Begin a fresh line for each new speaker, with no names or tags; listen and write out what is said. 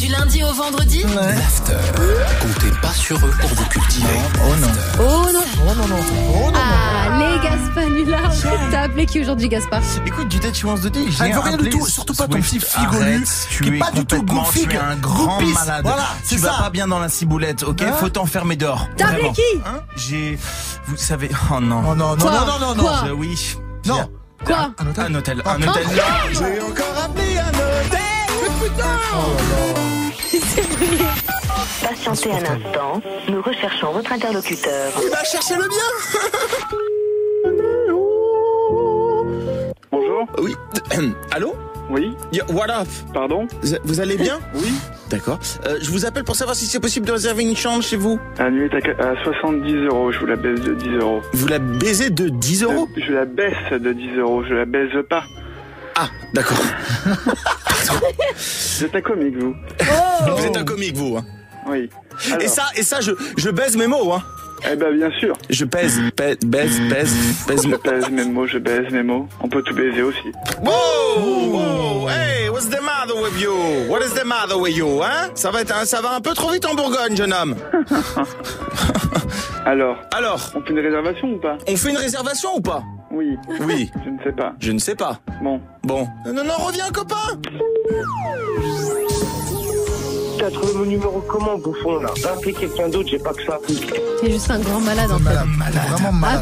Du lundi au vendredi
L'after. Comptez pas sur eux pour vous cultiver. Oh non.
Oh non
Oh non, non. Oh non.
Ah, les Gaspanulars T'as appelé qui aujourd'hui, Gaspard
Écoute, du déchéance de dit.
Ah, il veut rien du tout, surtout pas ton petit figolu, qui est pas du tout gouffig,
Tu es un grand
groupis.
malade.
Voilà, c'est
tu vas
ça.
pas bien dans la ciboulette, ok
Hein
Faut t'enfermer dehors.
T'as appelé
Vraiment.
qui
Hein J'ai. Vous savez. Oh non.
Oh non, non,
Quoi
non, non, non, non.
Quoi
Je- Oui.
Non.
Quoi
Un hôtel. Ah,
Un hôtel. Un hôtel.
J'ai encore appelé un hôtel.
Patientez un instant, nous recherchons votre interlocuteur.
Il va chercher le bien.
Bonjour,
Oui. Allô
oui,
Yo, What up
pardon,
Vous- Vous allez bien
oui.
D'accord. Euh, je vous appelle pour savoir si c'est possible de réserver une chambre chez vous.
La nuit est à à 70 euros, je vous la baisse de 10 euros. Euh,
Vous la baisez de 10 euros
Je la baisse de 10 euros, je la baisse pas.
Ah, d'accord.
Vous êtes un comique, vous
Vous êtes un comique, vous. hein.
Oui. Alors,
Et ça, et ça, je, je baise mes mots. Hein.
Eh ben, bien sûr.
Je pèse, pèse, baise, baise, baise.
Je baise mes mots, je baise mes mots. On peut tout baiser aussi.
Wow, wow, hey, what's the matter with you? What is the matter with you, hein? Ça va être, un- ça va un peu trop vite en Bourgogne, jeune homme.
Alors,
Alors,
on fait une réservation ou pas
on fait une réservation ou pas?
Oui,
Oui.
je ne sais pas.
Je ne sais pas.
Bon.
Bon. Non, non, non, reviens, copain!
T'as trouvé mon numéro comment, bouffon, là Va appeler quelqu'un d'autre, j'ai pas que ça.
T'es juste un grand malade en fait.
Malade.
Ah,